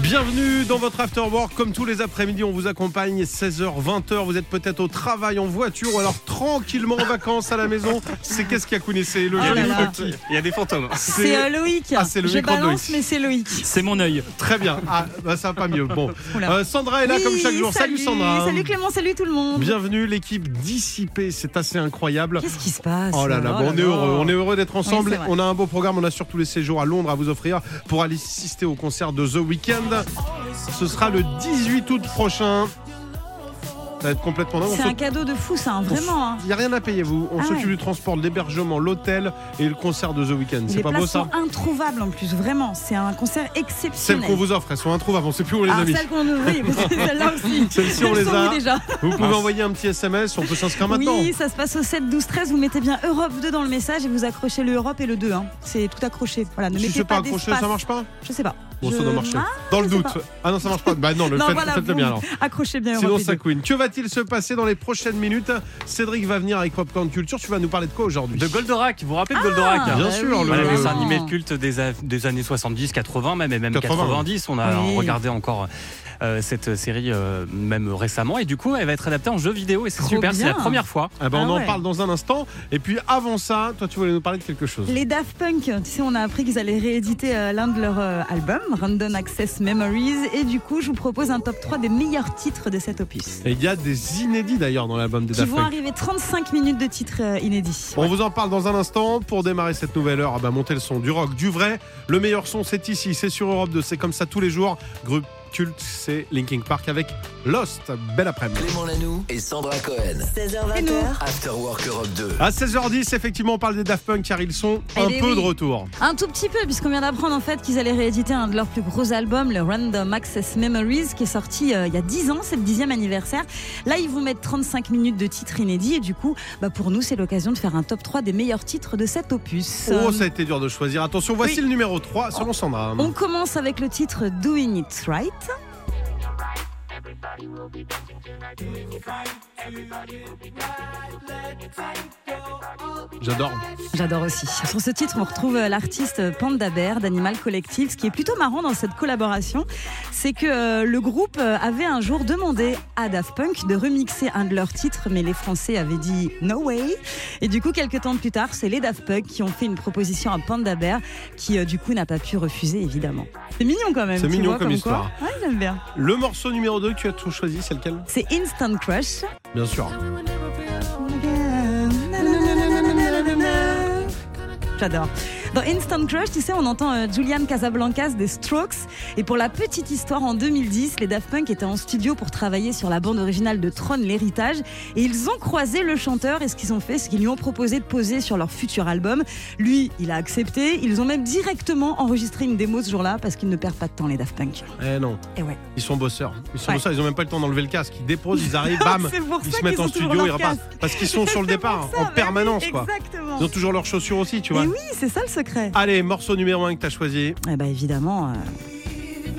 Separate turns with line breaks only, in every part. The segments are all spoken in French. Bienvenue dans votre After Work. Comme tous les après-midi, on vous accompagne 16h, 20h. Vous êtes peut-être au travail, en voiture ou alors tranquillement en vacances à la maison. C'est qu'est-ce qu'il y a connaissez le
Oh là
jeu
là.
du
Il y a des fantômes.
C'est euh, Loïc.
Ah, c'est le
Je
micro de
balance,
Loïc.
mais c'est Loïc.
C'est mon œil.
Très bien. Ah, bah, ça va pas mieux. Bon.
Oula.
Euh, Sandra est là
Oui,
comme chaque jour. Salut, Sandra.
Salut Clément, salut tout le monde.
Bienvenue, l'équipe dissipée. C'est assez incroyable.
Qu'est-ce qui se passe
Oh là là, bon, on est
là.
heureux, on est heureux d'être
Oui,
ensemble.
c'est vrai.
on a un beau programme, on a surtout les séjours à Londres à vous offrir pour aller assister au concert de The Weeknd. Ce sera le 18 août prochain. Ça va être complètement dingue. On
C'est
se-
un cadeau de fou, ça, hein, vraiment. hein.
Il n'y a rien à payer, vous. On
Ah
s'occupe
ouais.
du transport, de l'hébergement, l'hôtel et le concert de The Weeknd. C'est
les
pas
places
beau ça
sont introuvables en plus, vraiment. C'est un concert
Celles
exceptionnel.
qu'on vous offre, elles sont introuvables. On ne sait plus où on les
ah,
a mis.
celle qu'on nous oui, parce que celle-là aussi.
Celles-ci, on
Elles
les
sont
a.
où déjà Ah,
Vous pouvez envoyer un petit SMS, on peut s'inscrire maintenant.
Oui, ça se passe au 7, 12, 13. Vous mettez bien Europe 2 dans le message et vous accrochez le Europe et le 2. hein. C'est tout accroché. Voilà, ne
si
mettez
c'est pas
pas
accroché,
d'espace.
ça marche pas
Je sais pas.
Bon, ça
Je-
doit marcher.
Ah,
Dans le
je sais
doute.
pas.
Ah non, ça marche pas. Bah non, le
non,
faites,
voilà,
faites-le
vous,
bien alors.
Accrochez bien
Sinon,
Europe et
ça
2.
queen. Que va-t-il se passer dans les prochaines minutes Cédric va venir avec Popcorn Culture. Tu vas nous parler de quoi aujourd'hui
De Goldorak, vous vous rappelez de
Ah,
Goldorak
Bien
bah
sûr,
oui,
le-
voilà,
Euh,
le dessin
évidemment.
animé culte des, a- des années 70, 80, même, et même
80.
90. On a
Oui.
regardé encore euh, cette série, euh, même récemment. Et du coup, elle va être adaptée en jeu vidéo. Et c'est
Trop
super, c'est la
bien.
première fois.
Ah bah,
Ah
On en
ouais.
parle dans un instant. Et puis avant ça, toi, tu voulais nous parler de quelque chose.
Les Daft Punk, tu sais, on a appris qu'ils allaient rééditer euh, l'un de leurs euh, albums, Random Access Memories, et du coup, je vous propose un top 3 des meilleurs titres de cet opus.
Et il y a des inédits d'ailleurs dans l'album des
Qui
Daft
vont
Punk.
arriver 35 minutes de titres euh, inédits.
On vous en parle dans un instant. Pour démarrer cette nouvelle heure, ah bah, montez le son du rock, du vrai. Le meilleur son, c'est ici, c'est sur Europe 2. C'est comme ça tous les jours. Groupe culte, c'est Linking Park avec Lost. Belle après-midi.
Clément Lanoux et Sandra Cohen.
16h,
Et nous
20h,
After Work Europe 2.
À 16h10, effectivement, on parle des Daft Punk car ils sont un
Eh ben
peu
oui.
de retour.
Un tout petit peu, puisqu'on vient d'apprendre en fait qu'ils allaient rééditer un de leurs plus gros albums, le Random Access Memories, qui est sorti euh, il y a 10 ans, c'est le 10e anniversaire. Là, ils vont mettre 35 minutes de titres inédits, et du coup, bah, pour nous, c'est l'occasion de faire un top 3 des meilleurs titres de cet opus.
Oh,
Euh,
ça a été dur de choisir. Attention, voici
oui. Oh.
le numéro 3 selon Sandra.
On commence avec le titre Doing It Right.
J'adore.
J'adore aussi. Sur ce titre, on retrouve euh, l'artiste Panda Bear d'Animal Collective. Ce qui est plutôt marrant dans cette collaboration, c'est que euh, le groupe euh, avait un jour demandé à Daft Punk de remixer un de leurs titres, mais les Français avaient dit No way. Et du coup, quelques temps plus tard, c'est les Daft Punk qui ont fait une proposition à Panda Bear, qui euh, du coup n'a pas pu refuser, évidemment. C'est mignon quand même.
C'est
tu
mignon
vois,
comme histoire.
Quoi. Ouais, j'aime bien.
Le morceau numéro 2 tu as tout choisi, c'est lequel
C'est Instant Crush.
Bien sûr.
J'adore. Dans Instant Crush, tu sais, on entend euh, Julian Casablancas des Strokes. Et pour la petite histoire, en 2010, les Daft Punk étaient en studio pour travailler sur la bande originale de Tron l'héritage. Et ils ont croisé le chanteur. Et ce qu'ils ont fait, c'est qu'ils lui ont proposé de poser sur leur futur album. Lui, il a accepté. Ils ont même directement enregistré une démo ce jour-là parce qu'ils ne perdent pas de temps, les Daft Punk.
Eh non,
Et ouais.
ils sont bosseurs. Ils sont
Ouais.
bosseurs, ils ont même pas le temps d'enlever le casque. Ils déposent, ils arrivent, bam,
C'est pour
ils
ça
se mettent
qu'ils
en
ont toujours
studio, ils
leur
repartent.
casque.
Parce qu'ils sont sur le
C'est
départ,
pour ça,
en
bah oui,
permanence, quoi.
Exactement.
Ils ont toujours leurs chaussures aussi, tu vois.
Mais oui, c'est ça le secret.
Allez, morceau numéro 1 que t'as choisi.
Eh ben évidemment. euh,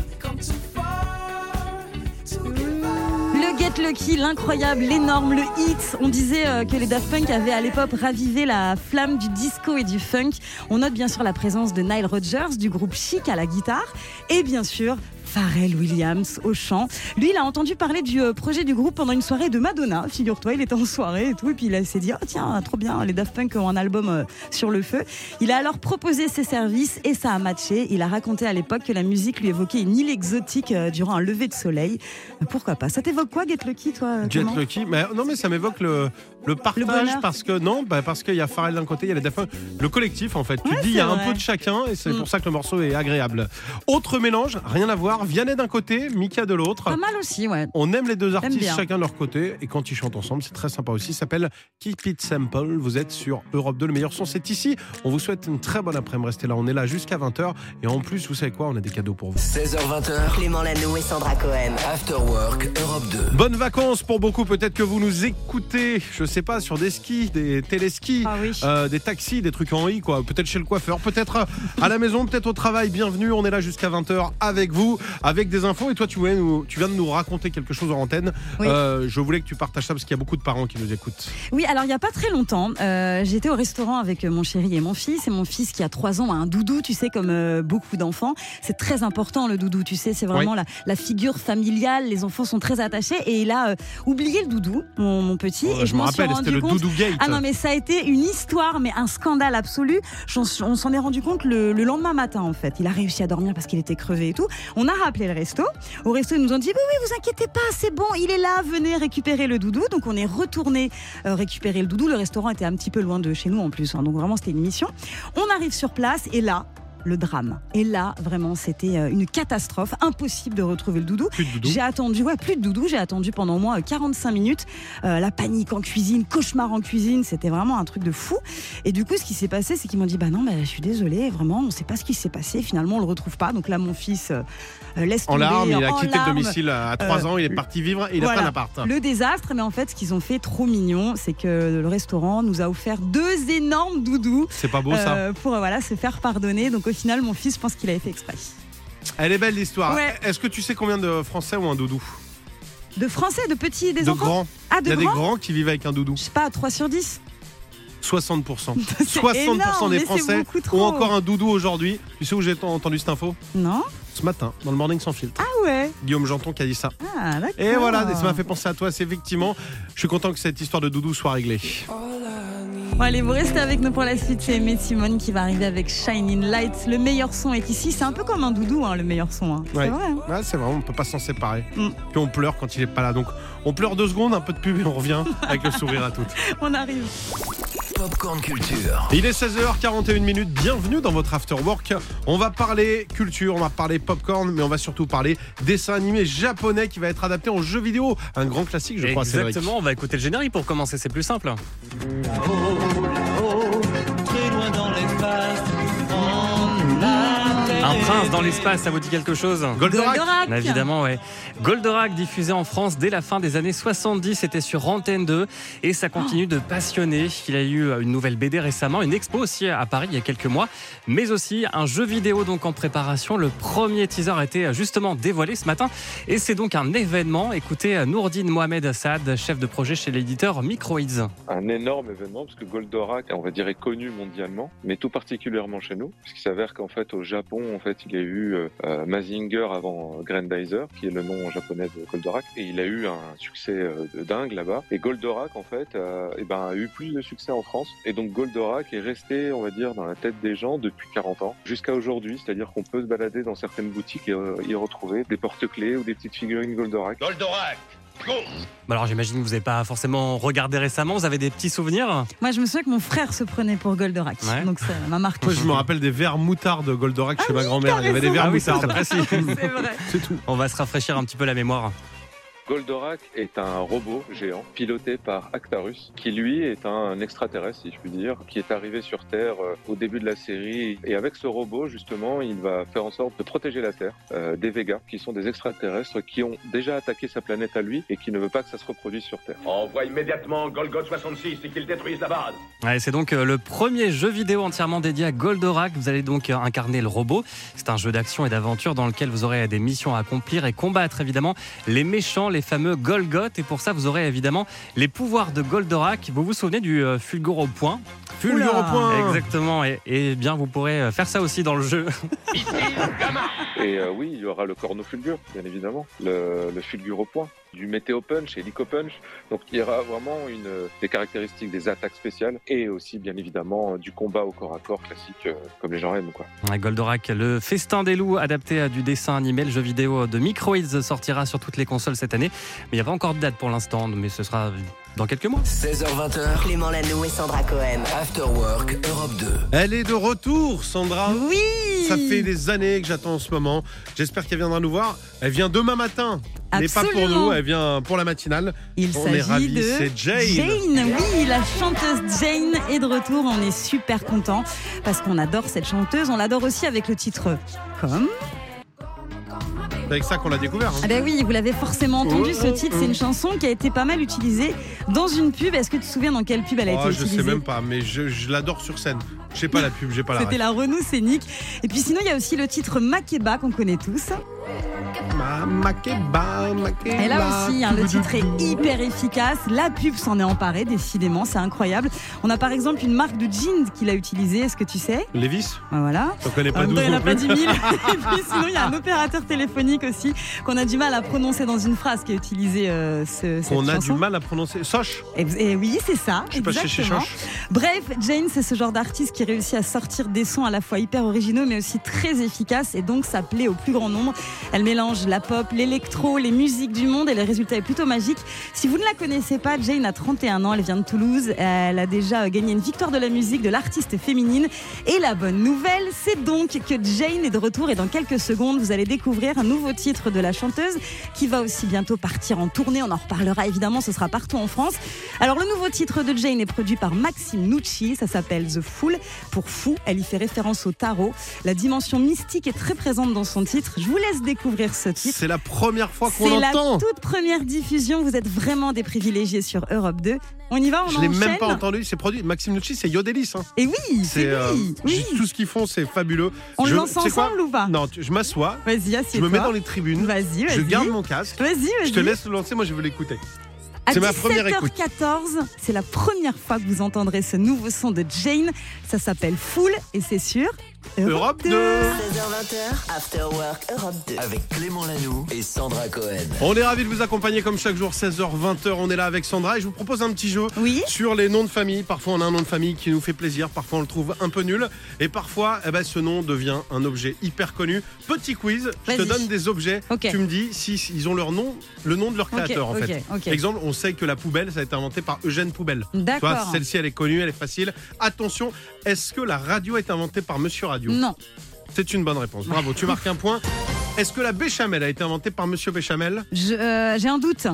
Le Get Lucky, l'incroyable, l'énorme, le hit. On disait euh, que les Daft Punk avaient à l'époque ravivé la flamme du disco et du funk. On note bien sûr la présence de Nile Rodgers du groupe Chic à la guitare et bien sûr Pharrell Williams au chant. Lui, il a entendu parler du euh, projet du groupe pendant une soirée de Madonna. Figure-toi, il était en soirée et tout. Et puis il s'est dit, oh, tiens, trop bien, les Daft Punk ont un album euh, sur le feu. Il a alors proposé ses services et ça a matché. Il a raconté à l'époque que la musique lui évoquait une île exotique euh, durant un lever de soleil. Mais Pourquoi pas Ça t'évoque quoi, Get Lucky, toi euh,
Jet
Clément
Lucky. Mais, non, mais ça m'évoque le, le partage
bonheur.
parce que, non, bah, parce qu'il y a Pharrell d'un côté, il y a les Daft Punk. Le collectif, en fait. Tu
Ouais,
dis, il y a
c'est
un
vrai.
peu de chacun et c'est
Mm.
pour ça que le morceau est agréable. Autre mélange, rien à voir. Vianney d'un côté, Mika de l'autre.
Pas mal aussi, ouais.
On aime les deux artistes
bien.
chacun de leur côté et quand ils chantent ensemble, c'est très sympa aussi. Ça s'appelle Keep It Simple. Vous êtes sur Europe 2, le meilleur son, c'est ici. On vous souhaite une très bonne après-midi. Restez là, on est là jusqu'à 20h. Et en plus, vous savez quoi On a des cadeaux pour vous.
16h20.
Clément Lano et Sandra Cohen.
After Work Europe 2.
Bonnes vacances pour beaucoup. Peut-être que vous nous écoutez, je sais pas, sur des skis, des téléskis.
Ah oui.
euh, des taxis, des trucs en euh, i, quoi. Peut-être chez le coiffeur, peut-être à la maison, peut-être au travail. Bienvenue, on est là jusqu'à 20h avec vous. avec des infos. Et toi, tu, voulais nous- tu viens de nous raconter quelque chose en antenne.
Oui.
Euh, je voulais que tu partages ça parce qu'il y a beaucoup de parents qui nous écoutent.
Oui, alors il n'y a pas très longtemps, euh, j'étais au restaurant avec euh, mon chéri et mon fils. Et mon fils qui a 3 ans a un doudou, tu sais, comme euh, beaucoup d'enfants. C'est très important le doudou, tu sais, c'est vraiment la, la figure familiale. Les enfants sont très attachés. Et il a euh, oublié le doudou, mon, mon petit.
Euh,
et
je me
suis
rappelle, c'était
rendu
le
compte-
Doudou Gate.
Ah non, mais ça a été une histoire, mais un scandale absolu. J'en suis- on s'en est rendu compte le, le lendemain matin, en fait. Il a réussi à dormir parce qu'il était crevé et tout. On a rappelé le resto. Au resto, ils nous ont dit Oui, oui, vous inquiétez pas, c'est bon, il est là, venez récupérer le doudou. Donc, on est retourné euh, récupérer le doudou. Le restaurant était un petit peu loin de chez nous, en plus. hein. donc, vraiment, c'était une mission. On arrive sur place et là, le drame. Et là, vraiment, c'était euh, une catastrophe. Impossible de retrouver le doudou.
Plus de doudou.
J'ai attendu, ouais, plus de doudou. J'ai attendu pendant au moins euh, 45 minutes. Euh, la panique en cuisine, cauchemar en cuisine, c'était vraiment un truc de fou. Et du coup, ce qui s'est passé, c'est qu'ils m'ont dit Bah non, bah, je suis désolée, vraiment, on ne sait pas ce qui s'est passé. Finalement, on le retrouve pas. Donc là, mon fils euh, euh, laisse
En
tomber,
larmes, il a
en
quitté le
larmes.
domicile à 3
Euh,
ans, il est parti vivre et il a
voilà.
pas d'appart.
Le désastre, mais en fait, ce qu'ils ont fait trop mignon, c'est que le restaurant nous a offert deux énormes doudous
C'est pas beau ça.
euh, pour euh, voilà, se faire pardonner. Donc au final, mon fils, je pense qu'il avait fait exprès.
Elle est belle l'histoire.
ouais.
Est-ce que tu sais combien de Français ont un doudou
De français, de petits, des
De
enfants
grands.
Ah,
Il y
de
a des
grands
grands qui vivent avec un doudou.
Je sais pas, 3 sur 10
60%.
C'est
60%
énorme, mais
des
c'est
Français
beaucoup trop.
ont encore un doudou aujourd'hui. Tu sais où j'ai entendu cette info
Non
Ce matin, dans le Morning Sans Filtre.
Ah ouais
Guillaume Janton qui a dit ça.
Ah d'accord.
Et voilà, ça m'a fait penser à toi, c'est effectivement. Je suis content que cette histoire de doudou soit réglée.
Oh, Bon allez, vous restez avec nous pour la suite. C'est Emmett Simone qui va arriver avec Shining Lights. Le meilleur son est ici. C'est un peu comme un doudou, hein, le meilleur son. hein.
Ouais.
C'est vrai. hein.
Ouais, c'est vrai, on peut pas s'en séparer.
Mm.
Puis on pleure quand il est pas là. Donc on pleure deux secondes, un peu de pub et on revient avec le sourire à toutes.
On arrive.
Popcorn Culture.
Il est 16h41 minutes. Bienvenue dans votre After Work. On va parler culture, on va parler popcorn, mais on va surtout parler dessin animé japonais qui va être adapté en jeu vidéo. Un grand classique, je crois, Cédric.
Exactement, on va écouter le générique pour commencer, c'est plus simple. Un prince dans l'espace, ça vous dit quelque chose
Goldorak.
Goldorak.
Bah, Évidemment, ouais. Goldorak, diffusé en France dès la fin des années 70, c'était sur Antenne 2 et ça continue de passionner. Il a eu euh, une nouvelle BD récemment, une expo aussi à Paris il y a quelques mois, mais aussi un jeu vidéo donc en préparation. Le premier teaser a été euh, justement dévoilé ce matin et c'est donc un événement. Écoutez euh, Nourdine Mohamed Assad, chef de projet chez l'éditeur Microids.
un énorme événement parce que Goldorak, on va dire, est connu mondialement, mais tout particulièrement chez nous, puisqu'il s'avère qu'en fait au Japon, en fait, il y a eu euh, euh, Mazinger avant euh, Grandizer, qui est le nom japonais de Goldorak, et il a eu un succès euh, de dingue là-bas. Et Goldorak, en fait, euh, eh ben, a eu plus de succès en France, et donc Goldorak est resté, on va dire, dans la tête des gens depuis 40 ans jusqu'à aujourd'hui. C'est-à-dire qu'on peut se balader dans certaines boutiques et euh, y retrouver des porte-clés ou des petites figurines Goldorak.
Bah Alors j'imagine que vous n'avez pas forcément regardé récemment, vous avez des petits souvenirs
Moi je me souviens que mon frère se prenait pour Goldorak.
Ouais.
Donc ça m'a marqué.
Moi, je me rappelle des verres moutardes de Goldorak
Ah
chez ma grand-mère. Il y avait des
raison.
verres
Ah oui, ça,
moutardes.
C'est vrai.
C'est tout.
On va se rafraîchir un petit peu la mémoire.
Goldorak est un robot géant piloté par Actarus, qui lui est un extraterrestre, si je puis dire, qui est arrivé sur Terre euh, au début de la série. Et avec ce robot, justement, il va faire en sorte de protéger la Terre euh, des Vegas, qui sont des extraterrestres qui ont déjà attaqué sa planète à lui et qui ne veut pas que ça se reproduise sur Terre.
Envoie immédiatement Golgot 66 et qu'il détruise la base.
Ouais, c'est donc euh, le premier jeu vidéo entièrement dédié à Goldorak. Vous allez donc euh, incarner le robot. C'est un jeu d'action et d'aventure dans lequel vous aurez euh, des missions à accomplir et combattre évidemment les méchants, les fameux Golgoth. Et pour ça, vous aurez évidemment les pouvoirs de Goldorak. Vous vous souvenez du euh, Fulgore au point
Fulgure au
Oula.
point.
Exactement. Et, et bien, vous pourrez euh, faire ça aussi dans le jeu.
Et euh, oui, il y aura le cornofulgure, bien évidemment, le, le fulgure au point, du météo punch et l'Ico punch. Donc il y aura vraiment une, euh, des caractéristiques des attaques spéciales et aussi, bien évidemment, euh, du combat au corps à corps classique, euh, comme les gens aiment, quoi.
Ouais, Goldorak, le festin des loups adapté à du dessin animé, le jeu vidéo de Microids sortira sur toutes les consoles cette année. Mais il n'y a pas encore de date pour l'instant, mais ce sera dans quelques mois.
16h20h.
Clément Lanoux et Sandra Cohen.
After Work Europe 2.
Elle est de retour, Sandra.
Oui
Ça fait des années que j'attends en ce moment. J'espère qu'elle viendra nous voir. Elle vient demain matin. Mais pas pour
Absolument.
nous, elle vient pour la matinale.
Il
On est
s'agit
ravis,
de
c'est Jane.
oui, la chanteuse Jane est de retour. On est super contents parce qu'on adore cette chanteuse. On l'adore aussi avec le titre Comme.
C'est avec ça qu'on l'a découvert. hein.
Ah ben oui, vous l'avez forcément entendu ce titre, c'est une chanson qui a été pas mal utilisée dans une pub. Est-ce que tu te souviens dans quelle pub elle a
Oh,
été
je
utilisée
sais même pas, mais je, je l'adore sur scène. J'ai pas la pub, j'ai pas la.
C'était la Renault Scénic. Et puis sinon, il y a aussi le titre Makeba qu'on connaît tous.
Ma- Makeba, Makeba.
Et là aussi, hein, le titre est hyper efficace. La pub s'en est emparée, décidément, c'est incroyable. On a par exemple une marque de jeans qu'il a utilisée, est-ce que tu sais
Lévis,
Ben Voilà.
on connaît
En
pas
même
d'où
temps, il n'y en
non
a pas
plus.
10 000. Et puis sinon, il y a un opérateur téléphonique aussi qu'on a du mal à prononcer dans une phrase qui a utilisé euh, ce, cette
On a du
chanson.
mal à prononcer. Soch
Et, vous- et oui, c'est ça.
Je sais pas, chez chez
exactement.
Soch.
Bref, Jane, c'est ce genre d'artiste qui réussit à sortir des sons à la fois hyper originaux mais aussi très efficaces et donc ça plaît au plus grand nombre. Elle mélange la pop, l'électro, les musiques du monde et le résultat est plutôt magique. Si vous ne la connaissez pas, Jane a 31 ans, elle vient de Toulouse, elle a déjà gagné une victoire de la musique de l'artiste féminine et la bonne nouvelle, c'est donc que Jane est de retour et dans quelques secondes, vous allez découvrir un nouveau titre de la chanteuse qui va aussi bientôt partir en tournée. On en reparlera évidemment, ce sera partout en France. Alors le nouveau titre de Jane est produit par Maxime Nucci, ça s'appelle The Fool. Pour fou, elle y fait référence au tarot. La dimension mystique est très présente dans son titre. Je vous laisse découvrir ce titre.
C'est la première fois qu'on
C'est la
l'entend.
toute première diffusion, vous êtes vraiment des privilégiés sur Europe 2. On y va, on
Je l'ai
enchaîne
même pas entendu. C'est produit. Maxime Nucci, c'est Yodelis. hein.
Et oui, c'est lui,
euh,
oui.
tout ce qu'ils font, c'est fabuleux.
On
Je-
le lance
tu sais quoi
ensemble ou pas
Non, tu- je m'assois,
Vas-y,
je me
assieds-toi.
mets dans les tribunes,
Vas-y, vas-y.
je garde mon casque,
Vas-y, vas-y.
je te laisse le lancer. Moi, je veux l'écouter.
À
C'est ma première écoute.
17h14, c'est la première fois que vous entendrez ce nouveau son de Jane. Ça s'appelle Fool et c'est sûr.
Europe 2.
16h20, After Work Europe 2.
Avec Clément Lanoux et Sandra Cohen.
On est ravis de vous accompagner comme chaque jour, 16h-20h. On est là avec Sandra et je vous propose un petit jeu
Oui.
sur les noms de famille. Parfois, on a un nom de famille qui nous fait plaisir, parfois, on le trouve un peu nul. Et parfois, eh ben, ce nom devient un objet hyper connu. Petit quiz, je te
Vas-y.
donne des objets.
Ok.
Tu me dis si, si ils ont leur nom, le nom de leur
Ok,
créateur, en
ok,
fait.
ok.
Exemple, on sait que la poubelle, ça a été inventé par Eugène Poubelle. Tu vois,
D'accord.
Celle-ci, elle est connue, elle est facile. Attention, est-ce que la radio est inventée par Monsieur Radio
Non.
C'est une bonne réponse. Bravo, tu marques un point. Est-ce que la béchamel a été inventée par Monsieur Béchamel
Je, euh, J'ai un doute.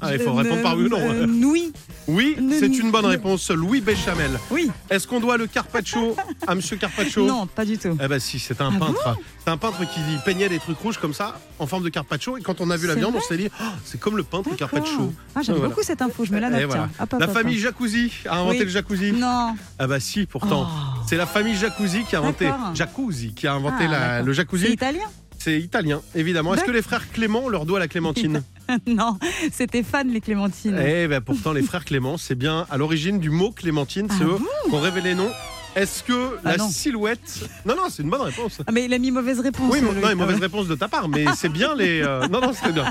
Ah, il
Je-
faut
euh,
répondre par oui ou non.
euh, Oui,
Oui,
ne-
c'est une bonne
ne-
réponse. Louis Béchamel.
oui.
Est-ce qu'on doit le Carpaccio à Monsieur Carpaccio
Non, pas du tout.
Eh ben si, c'est un
Ah
peintre. c'est un peintre qui peignait des trucs rouges comme ça, en forme de Carpaccio. Et quand on a vu la
C'est
viande, on s'est dit, Oh, c'est comme le peintre
D'accord.
Carpaccio.
Ah, J'aime
Voilà.
beaucoup cette info, je me la
Et
note.
voilà.
tiens. Hop, hop,
la
hop,
famille Jacuzzi a inventé
Oui.
le jacuzzi.
hop. Non.
Ah bah si, pourtant.
Oh.
C'est la famille Jacuzzi qui a inventé
D'accord.
Jacuzzi, qui a inventé
Ah,
la-
d'accord.
le
C'est
jacuzzi.
italien
C'est italien, évidemment. Est-ce que les frères Clément on leur doit la clémentine
Non, c'était fan les Clémentines.
Eh ben pourtant, les frères Clément, c'est bien à l'origine du mot Clémentine. C'est
Ah
eux qui ont révélé les noms. Est-ce que
Ah
la
non.
silhouette. Non, non, c'est une bonne réponse.
Ah, mais il a mis mauvaise réponse.
Oui, mo-
Loïc. hein.
non, une mauvaise réponse de ta part, mais c'est bien les. euh, Non, non, c'est bien.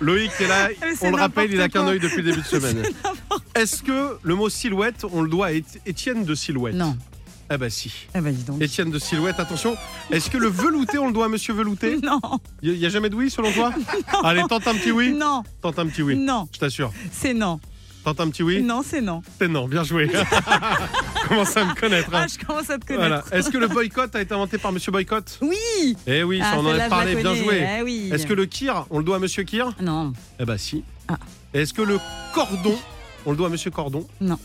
Loïc est là,
Mais c'est
on le rappelle, il a
n'importe
qu'un
quoi.
œil depuis le début de semaine. Est-ce que le mot silhouette, on le doit à Éti- Étienne de Silhouette
Non.
Ah bah si.
Ah bah dis donc.
Étienne de Silhouette, attention. Est-ce que le velouté, on le doit à Monsieur Velouté
Non,
Il n'y a jamais de oui selon toi Allez, tente un petit oui.
non,
Tente un petit oui.
non,
Je t'assure.
c'est non.
Tente un petit oui.
Non, c'est non.
C'est non, bien joué. Commence à me connaître. hein.
Ah, je commence à te
Voilà.
connaître.
Est-ce que le boycott a été inventé par Monsieur Boycott
Oui
Eh oui, ça,
Ah,
on en
celle-là,
a
je
parlé,
la
bien
connais.
joué.
Ah oui.
Est-ce que le kir, on le doit à Monsieur Kir
Non,
Eh ben si.
Ah.
Est-ce que le cordon, on le doit à Monsieur Cordon
Non.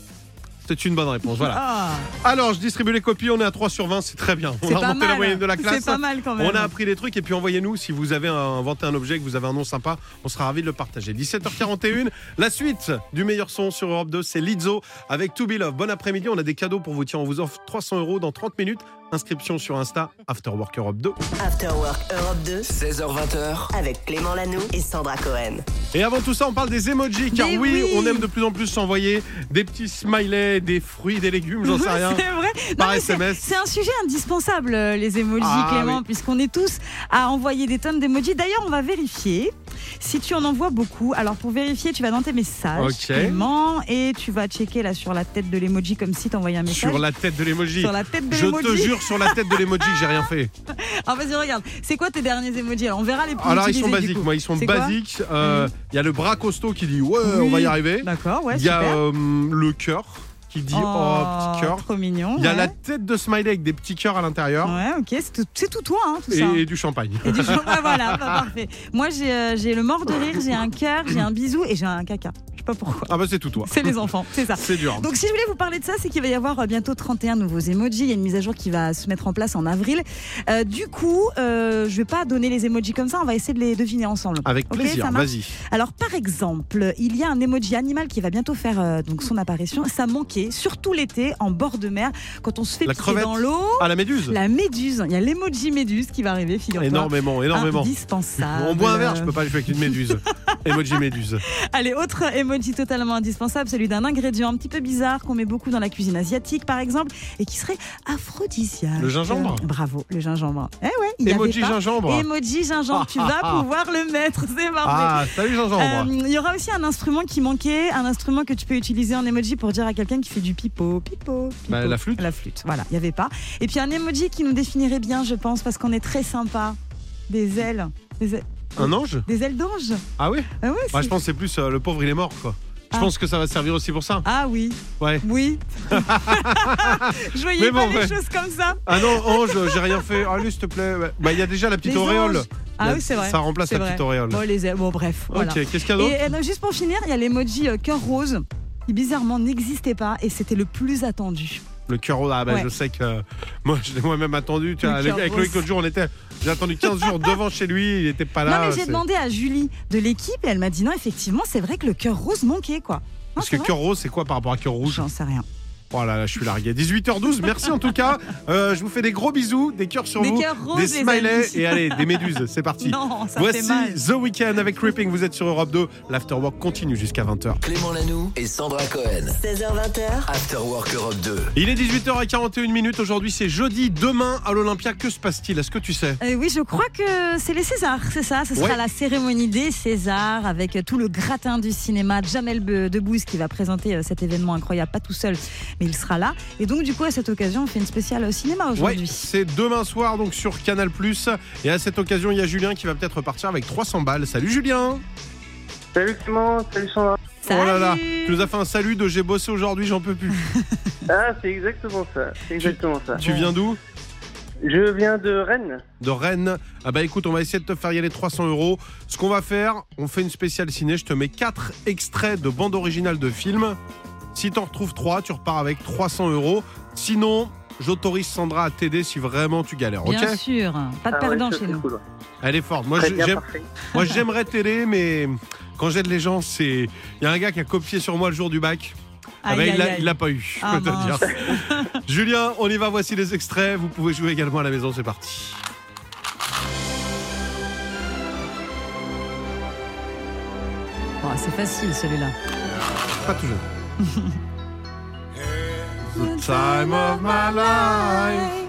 C'est une bonne réponse, voilà.
Ah,
Alors, je distribue les copies, on est à 3 sur 20, c'est très bien. On
c'est
a
pas
remonté la
mal.
moyenne de la classe.
C'est pas mal quand même.
On a appris des trucs et puis envoyez-nous si vous avez inventé un objet, que vous avez un nom sympa, on sera ravis de le partager. 17h41, la suite du meilleur son sur Europe 2, c'est Lizzo avec To Be Love. Bon après-midi, on a des cadeaux pour vous. Tiens, on vous offre 300 euros dans 30 minutes. Inscription sur Insta, After Work Europe 2.
After Work Europe 2
16h20h,
avec Clément Lanoux et Sandra Cohen.
Et avant tout ça, on parle des emojis, car
Mais
oui,
oui.
on aime de plus en plus s'envoyer des petits smileys, des fruits, des légumes, j'en sais rien.
C'est vrai. Non,
Hein Par
mais c'est-
SMS.
C'est un sujet indispensable, euh, les emojis,
Ah,
Clément,
oui.
puisqu'on est tous à envoyer des tonnes d'emojis. D'ailleurs, on va vérifier si tu en envoies beaucoup. Alors, pour vérifier, tu vas dans tes messages,
Ok.
Clément, et tu vas checker là sur la tête de l'emoji comme si t'envoyais un message.
Sur la tête de l'emoji.
Sur la tête de
Je
l'emoji.
te jure, sur la tête de l'emoji, j'ai rien fait.
Ah, vas-y, regarde. C'est quoi tes derniers emojis Alors, on verra les plus
Alors, ils sont
utilisés, du
basiques,
coup.
moi, ils sont
C'est quoi Mhm.
basiques. Euh, Il y a le bras costaud qui dit Ouais, on va y
Oui.
arriver.
D'accord, ouais,
Il y a
super.
euh, le cœur qui dit Oh, petit cœur.
Trop mignon.
Il y a
ouais.
la tête de smiley avec des petits cœurs à l'intérieur
Ouais, ok, c'est tout, c'est tout toi, hein, tout ça.
et, et du champagne.
Et du bah champagne, voilà, bah, parfait. Moi, j'ai euh, j'ai le mort de rire, j'ai un cœur, j'ai un bisou et j'ai un caca. Je pas pourquoi.
Ah bah c'est tout toi.
C'est les enfants, c'est ça.
C'est dur.
Donc si je voulais vous parler de ça, c'est qu'il va y avoir euh, bientôt 31 nouveaux emojis. Il y a une mise à jour qui va se mettre en place en avril. Euh, du coup, euh, je vais pas donner les emojis comme ça. On va essayer de les deviner ensemble.
Avec
Ok,
plaisir,
ça marche.
vas-y.
Alors par exemple, il y a un emoji animal qui va bientôt faire euh, donc son apparition. Ça manquait surtout l'été en bord de mer quand on se fait
La
piquer
crevette.
dans l'eau.
Ah la méduse
La méduse. Il y a l'emoji méduse qui va arriver. Figure-toi.
Énormément, énormément.
Indispensable.
On boit un verre, je peux pas jouer avec une méduse. Emoji méduse.
Allez, autre emoji totalement indispensable, celui d'un ingrédient un petit peu bizarre qu'on met beaucoup dans la cuisine asiatique, par exemple, et qui serait aphrodisiaque.
Le gingembre
Euh, Bravo, le gingembre. Eh ouais, il y avait
Emoji
pas.
gingembre.
Emoji gingembre, tu vas pouvoir le mettre, c'est parfait.
Ah, salut
Euh,
gingembre.
Il y aura aussi un instrument qui manquait, un instrument que tu peux utiliser en emoji pour dire à quelqu'un qui fait du pipeau, pipeau, pipeau.
Bah, la flûte.
La flûte, voilà, il n'y avait pas. Et puis un emoji qui nous définirait bien, je pense, parce qu'on est très sympa. Des ailes. Des ailes,
Un ange
des ailes d'ange.
Ah oui
Ah ouais,
Bah,
c'est-
Je pense que c'est plus euh, le pauvre, il est mort quoi. Je
Ah.
pense que ça va servir aussi pour ça.
Ah oui.
Ouais.
Oui. je voyais
Mais
pas
bon,
les
ouais.
choses comme ça.
Ah non, ange, j'ai rien fait. Allez, s'il te plaît. Ouais. Bah, il y a déjà la petite
Les
auréole.
anges. Ah
La-
oui, c'est vrai.
Ça remplace
C'est
la petite
vrai.
auréole.
Bon, les... bon bref. Voilà.
Ok, qu'est-ce qu'il y a
Et,
d'autre
euh, non, juste pour finir, il y a l'emoji euh, cœur rose qui bizarrement n'existait pas et c'était le plus attendu.
Le cœur rose. Ah, bah,
Ouais.
je sais que euh, moi, je l'ai moi-même attendu. Tu
Le
vois,
cœur
avec
rose.
Loïc l'autre jour, on était. J'ai attendu 15 jours devant chez lui. Il était pas Ah là.
non mais j'ai
c'est-
demandé à Julie de l'équipe et elle m'a dit non effectivement c'est vrai que le cœur rose manquait quoi. Non,
Parce
c'est
que
vrai
cœur rose, c'est quoi par rapport à cœur rouge
J'en sais rien.
Oh là là, je suis largué. 18h12, merci en tout cas. Euh, je vous fais des gros bisous, des cœurs sur
Des
vous,
cœurs roses,
des
les amis.
smileys et allez, des méduses. C'est parti.
Non, ça fait
Voici
mal.
The Weeknd avec Creeping. Vous êtes sur Europe 2. L'Afterwork continue jusqu'à 20h.
Clément Lanoux et Sandra Cohen.
16h20h,
After Work Europe 2.
Il est 18h41 minutes. Aujourd'hui, c'est jeudi. Demain, à l'Olympia, que se passe-t-il Est-ce que tu sais
Euh, oui, je crois que c'est les Césars, c'est ça. Ce sera
Ouais.
la cérémonie des Césars avec euh, tout le gratin du cinéma. Jamel Be- Debbouze qui va présenter euh, cet événement incroyable, pas tout seul, mais il sera là. Et donc, du coup, à cette occasion, on fait une spéciale euh, cinéma
Ouais,
aujourd'hui.
c'est demain soir donc sur Canal+. Et à cette occasion, il y a Julien qui va peut-être repartir avec 300 balles. Salut Julien
Salut Clément, salut Sandra.
Salut
Oh là là, tu nous as fait un salut de j'ai bossé aujourd'hui, j'en peux plus.
Ah, c'est exactement ça. C'est exactement ça.
tu viens d'où
Je viens de Rennes.
de Rennes. Ah bah écoute, on va essayer de te faire y aller 300 euros. Ce qu'on va faire, on fait une spéciale ciné. Je te mets 4 extraits de bande originale de films. Si t'en retrouves 3, tu repars avec 300 euros. Sinon, j'autorise Sandra à t'aider si vraiment tu galères, ok
Bien sûr, pas de
Ah ouais,
perdant
ça,
chez
c'est
nous.
cool, ouais.
Elle est forte. Moi,
Très
je-
bien,
j'aime-
parfait.
moi, j'aimerais t'aider, mais quand j'aide les gens, c'est. Il y a un gars qui a copié sur moi le jour du bac. Ah bah,
Aïe,
il l'a-
aïe, aïe.
il l'a pas eu, je
Ah,
peux te
mince.
dire. Julien, on y va, voici les extraits. Vous pouvez jouer également à la maison, c'est parti.
Oh, c'est facile celui-là.
Pas toujours. The time of my life.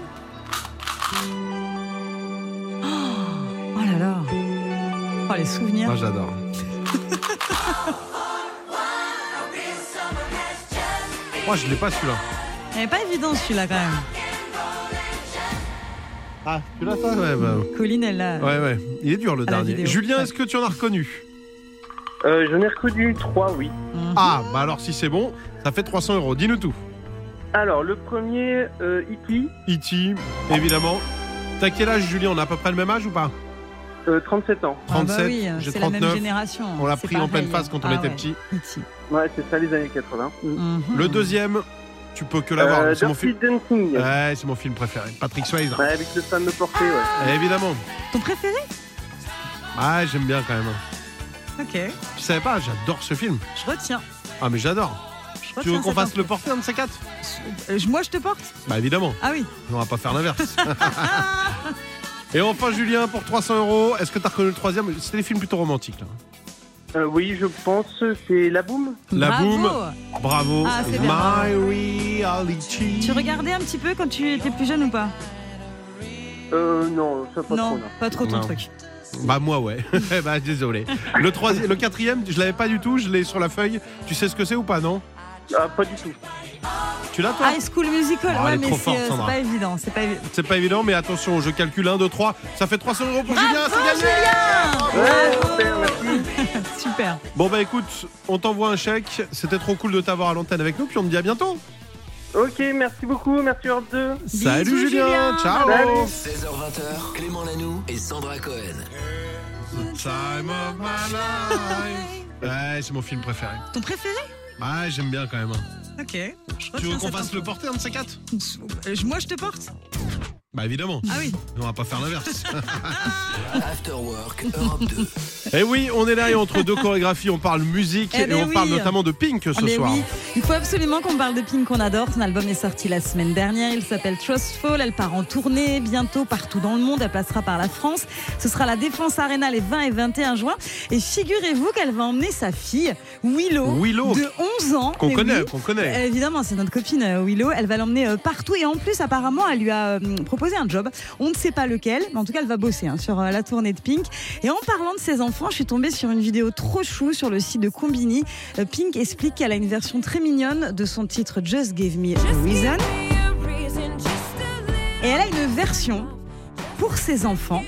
Oh là là. Oh, les souvenirs.
Moi j'adore. Moi je l'ai pas celui-là.
Il n'est pas évident celui-là quand même.
Ah, tu l'as toi ouais, bah,
Colline, elle l'a.
ouais, ouais. Il est dur le
À la
dernier.
vidéo.
Julien, est-ce que tu en as reconnu
Euh, J'en ai reconnu trois, oui.
Mhm.
Ah, bah alors si c'est bon, ça fait 300 euros. Dis-nous tout.
Alors, le premier, euh, E.T.,
E.T., E évidemment. T'as quel âge, Julien On a à peu près le même âge ou pas
euh, 37 ans.
Ah bah
37,
oui, euh,
j'ai
c'est la même
39.
génération.
On l'a
c'est
pris en
pareil.
pleine face quand on
Ah
était
ouais,
petit.
petit.
Ouais, c'est ça, les années 80. Mm.
Mhm.
Le deuxième, tu peux que l'avoir.
Euh,
c'est mon film.
Dirty Dancing. Ouais,
Ouais, c'est mon film préféré. Patrick Swayze.
avec le fameux porté, ouais.
Évidemment.
Ton préféré
Ah, j'aime bien quand même.
Ok,
Tu savais pas, j'adore ce film.
je retiens.
Ah, mais j'adore.
Je
Tu
retiens
veux qu'on
cette
fasse le
info.
portrait un de ces quatre
Euh, je- Moi, je te porte
Bah évidemment,
Ah oui.
on va pas faire l'inverse. Et enfin Julien, pour 300 euros, est-ce que t'as reconnu le troisième C'était des films plutôt romantiques là.
Euh, oui, je pense, c'est La Boom.
La
Bravo.
boum. Bravo,
Ah, c'est bien.
My Reality.
Tu regardais un petit peu quand tu étais plus jeune ou pas
Euh, non, ça pas
Non,
trop, non.
pas trop ton
Non.
truc.
Bah moi ouais, Eh bah désolé. Le, troisième, le quatrième, je l'avais pas du tout, je l'ai sur la feuille. Tu sais ce que c'est ou pas non
Ah, pas du tout.
Tu l'as toi
High School Musical,
Oh, elle
ouais,
est
mais
trop
c'est
forte,
euh, c'est
Sandra.
pas évident. C'est pas évident.
C'est pas évident mais attention, je calcule 1, 2, 3, ça fait 300 euros pour Julien, c'est gagné
Ouais, super, merci.
Super.
Bon bah écoute, on t'envoie un chèque, c'était trop cool de t'avoir à l'antenne avec nous, puis on te dit à bientôt.
Ok, merci beaucoup, merci Europe 2.
Salut
Bisous,
Julien,
Julien.
ciao
Salut.
16h20, Clément Lanoux et Sandra Cohen.
Time of my life. Ouais, c'est mon film préféré.
Ton préféré
Ouais, j'aime bien quand même. hein.
Ok. Je
Tu veux
retiens
qu'on
cette
fasse
info.
le porter, un de ces quatre
Euh, je- Moi, je te porte
Bah évidemment.
Ah oui.
On va pas faire l'inverse.
After Work Europe 2.
et Eh oui, on est là et entre deux chorégraphies, on parle musique
Eh
et
ben
on parle
oui.
notamment de Pink ce
Ah, mais
soir.
oui. Il faut absolument qu'on parle de Pink qu'on adore. Son album est sorti la semaine dernière. Il s'appelle Trustful. Elle part en tournée bientôt partout dans le monde. Elle passera par la France. Ce sera la Défense Arena les 20 et 21 juin. Et figurez-vous qu'elle va emmener sa fille Willow,
Willow.
de 11 ans.
Qu'on
Eh
connaît,
oui.
qu'on connaît.
Euh, Évidemment, c'est notre copine euh, Willow. Elle va l'emmener euh, partout et en plus, apparemment, elle lui a euh, proposé un job. On ne sait pas lequel, mais en tout cas, elle va bosser hein, sur euh, la tournée de Pink. Et en parlant de ses enfants, je suis tombée sur une vidéo trop chou sur le site de Combini. Euh, Pink explique qu'elle a une version très mignonne de son titre Just Give Me a Reason. Et elle a une version pour ses enfants.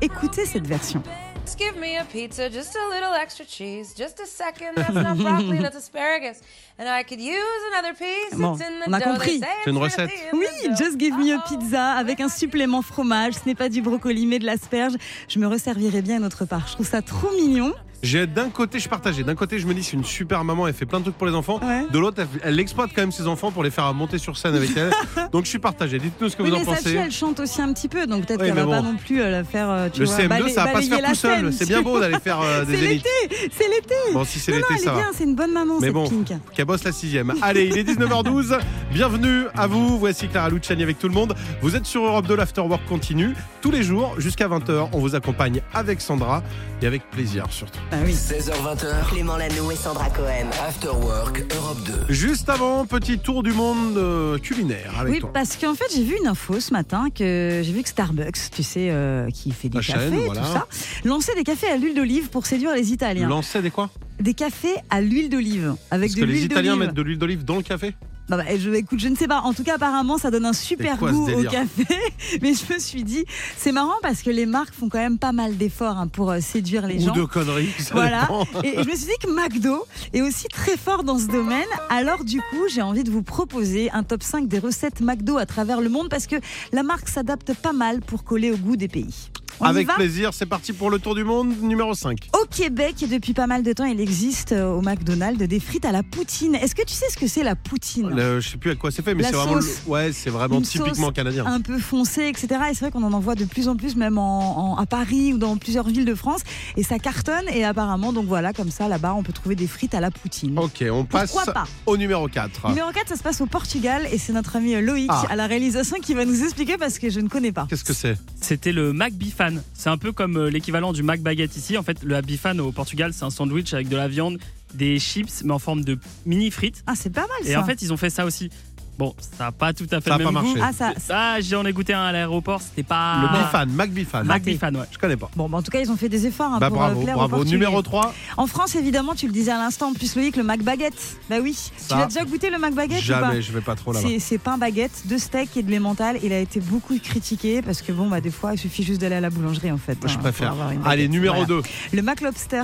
Écoutez cette version.
Just give me a pizza, just a little extra cheese, just a second. That's not broccoli, that's asparagus. And I could use another piece.
Bon,
it's in the
on a
dough. They
compris.
say
C'est une
it's
recette.
really in
Oui,
the dough.
Just Give Me a
Uh-oh.
Pizza avec un supplément fromage. Ce n'est pas du brocoli mais de l'asperge. Je me resservirai bien une autre part. Je trouve ça trop mignon.
J'ai d'un côté, je partageais. D'un côté, je me dis, c'est une super maman, elle fait plein de trucs pour les enfants.
Ouais.
De l'autre, elle, elle exploite quand même ses enfants pour les faire monter sur scène avec elle. Donc je suis partagé. Dites-nous ce que
Oui,
vous
mais
en
sa fille,
pensez.
elle chante aussi un petit peu, donc peut-être
Oui,
qu'elle
mais
va pas
bon.
non plus euh, la faire. euh, Tu
Le
vois,
CM2,
bala-
ça va pas se
balayer
faire
la
tout seul.
scène,
C'est
tu
bien
vois.
beau d'aller faire euh,
C'est
des élites.
l'été, c'est l'été.
Bon, si c'est
Non, non,
l'été,
elle est
ça va.
bien, c'est une bonne maman,
Mais
cette
bon,
Pink.
qu'elle bosse la sixième. Allez, il est 19h12. Bienvenue à vous. Voici Clara Luciani avec tout le monde. Vous êtes sur Europe 2, l'Afterwork continue. Tous les jours, jusqu'à 20h, on vous accompagne avec Sandra et avec plaisir surtout.
Ah oui.
16h20h.
Clément Lano et Sandra Cohen.
After Work Europe 2.
Juste avant, petit tour du monde euh, culinaire avec
Oui, bah,
toi.
parce qu'en fait, j'ai vu une info ce matin que j'ai vu que Starbucks, tu sais, euh, qui fait des
La chaîne,
cafés, et
voilà.
tout ça, lançait des cafés à l'huile d'olive pour séduire les Italiens.
Lancer des quoi
Des cafés à l'huile d'olive avec
Parce
de
que les
l'huile
Italiens
d'olive.
mettent de l'huile d'olive dans le café
Bah, bah, je, écoute, je ne sais pas. En tout cas, apparemment, ça donne un super
C'est quoi ce
goût au
délire
café. Mais je me suis dit, c'est marrant parce que les marques font quand même pas mal d'efforts hein, pour euh, séduire les
Ou
gens.
de conneries, ça
Voilà.
dépend.
Et je me suis dit que McDo est aussi très fort dans ce domaine. Alors du coup, j'ai envie de vous proposer un top 5 des recettes McDo à travers le monde parce que la marque s'adapte pas mal pour coller au goût des pays. On y
Avec
va
plaisir, c'est parti pour le tour du monde numéro 5.
au Québec, et depuis pas mal de temps, il existe euh, au McDonald's des frites à la poutine. Est-ce que tu sais ce que c'est la poutine
Le- je sais plus à quoi c'est fait, mais
La
c'est vraiment, le-
sauce.
ouais, c'est vraiment
Une
typiquement
sauce.
canadien.
un peu foncé, etc. Et c'est vrai qu'on en envoie de plus en plus, même en, en- à Paris ou dans plusieurs villes de France. Et ça cartonne. Et apparemment, donc voilà, comme ça, là-bas, on peut trouver des frites à la poutine.
Ok, on passe
Pourquoi pas
au numéro 4.
Numéro 4, ça se passe au Portugal et c'est notre ami Loïc
Ah.
à la réalisation qui va nous expliquer parce que je ne connais pas.
Qu'est-ce que c'est
C'était le Mac Bifan. C'est un peu comme euh, l'équivalent du Mac Baguette ici. En fait, le Bifan au Portugal, c'est un sandwich avec de la viande, des chips, mais en forme de mini frites.
Ah, c'est pas mal
Et
ça.
en fait, ils ont fait ça aussi. Bon, ça n'a pas tout à fait
Ça a
le
pas
même
marché.
goût.
ah, ça.
Ah, j'en ai goûté un à l'aéroport, c'était pas.
Le Bifan, Mac Bifan.
Mac Bifan, ouais.
Je connais pas.
Bon, bah, en tout cas, ils ont fait des efforts hein,
Bah
pour euh,
bravo,
plaire aux
bravo.
Portugais.
Numéro 3,
En France, évidemment, tu le disais à l'instant, en plus Loïc, le Mac Baguette. Bah oui.
Ça,
tu l'as déjà goûté le Mac Baguette ou pas
jamais, je vais pas trop là-bas.
C'est- C'est pain baguette, de steak et de l'emmental. Il a été beaucoup critiqué parce que bon, bah des fois, il suffit juste d'aller à la boulangerie en fait.
Je
hein,
préfère.
pour avoir une baguette.
Allez, numéro
Voilà.
2.
Le Mac Lobster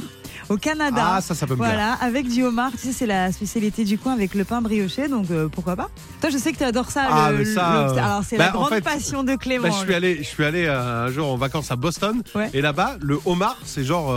au Canada.
Ah, ça, ça peut me plaire.
Voilà, avec du homard, tu sais, c'est la spécialité du coin avec le pain brioché, donc euh, pourquoi pas Toi, je sais que tu adores ça,
Ah,
le,
mais ça,
le lobster.
euh,
Alors, c'est
bah,
la
en
grande
fait,
passion de Clément. hein.
Là, Bah, je suis allé, je suis allé euh, un jour en vacances à Boston
Ouais.
et là-bas, le homard, c'est genre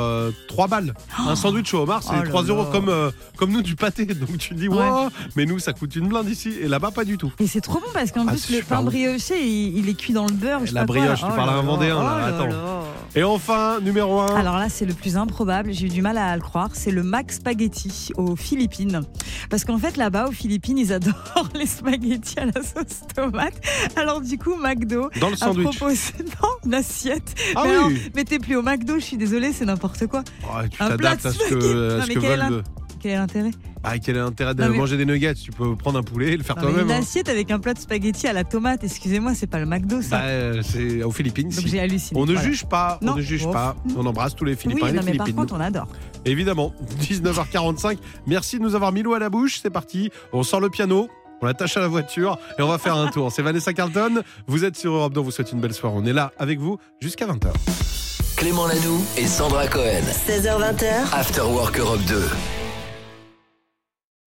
3 balles. un sandwich au homard, c'est
Oh là
3 euros
là.
comme, euh, comme nous du pâté. Donc tu te dis, Wow, mais nous, ça coûte une blinde ici et là-bas, pas du tout.
Et c'est trop bon parce qu'en
Ah,
plus,
c'est
le
super
pain
bon.
brioché, il, il est cuit dans le beurre. je sais
La
pas quoi, là.
brioche, tu parles à
là
un
là,
Vendéen, là,
oh
attends.
là.
Et enfin, numéro 1.
Alors là, c'est le plus improbable, j'ai eu du mal à le croire, c'est le Mac Spaghetti aux Philippines. Parce qu'en fait, là-bas, aux Philippines, ils adorent les spaghettis à la sauce tomate. Alors du coup, McDo
dans le
a
sandwich.
proposé non, une assiette.
Ah
mais non,
oui
mettez plus au McDo, je suis désolée, c'est n'importe quoi.
Oh, Tu
Un plat
t'adaptes
de
à ce que,
spaghetti.
à
Non,
ce
mais
que
quel
veulent.
int-
le-
Quel est l'intérêt
Ah, quel est l'intérêt de
Non, mais-
manger des nuggets Tu peux prendre un poulet et le faire
Non, mais
toi-même.
Une
hein.
assiette avec un plat de spaghettis à la tomate, excusez-moi, c'est pas le McDo ça.
Bah, euh, c'est aux Philippines.
Donc
si.
j'ai halluciné.
On ne
Voilà.
juge pas, on
Non.
ne juge
Oh.
pas. On embrasse tous les Philippins
Oui,
et les
non, mais par
Philippines.
contre, on adore.
Évidemment, 19h45. Merci de nous avoir mis l'eau à la bouche. C'est parti. On sort le piano. On l'attache à la voiture et on va faire un tour. C'est Vanessa Carlton. Vous êtes sur Europe 2. On vous souhaite une belle soirée. On est là avec vous jusqu'à 20h.
Clément Lanoux et Sandra Cohen.
16h20h,
After Work Europe 2.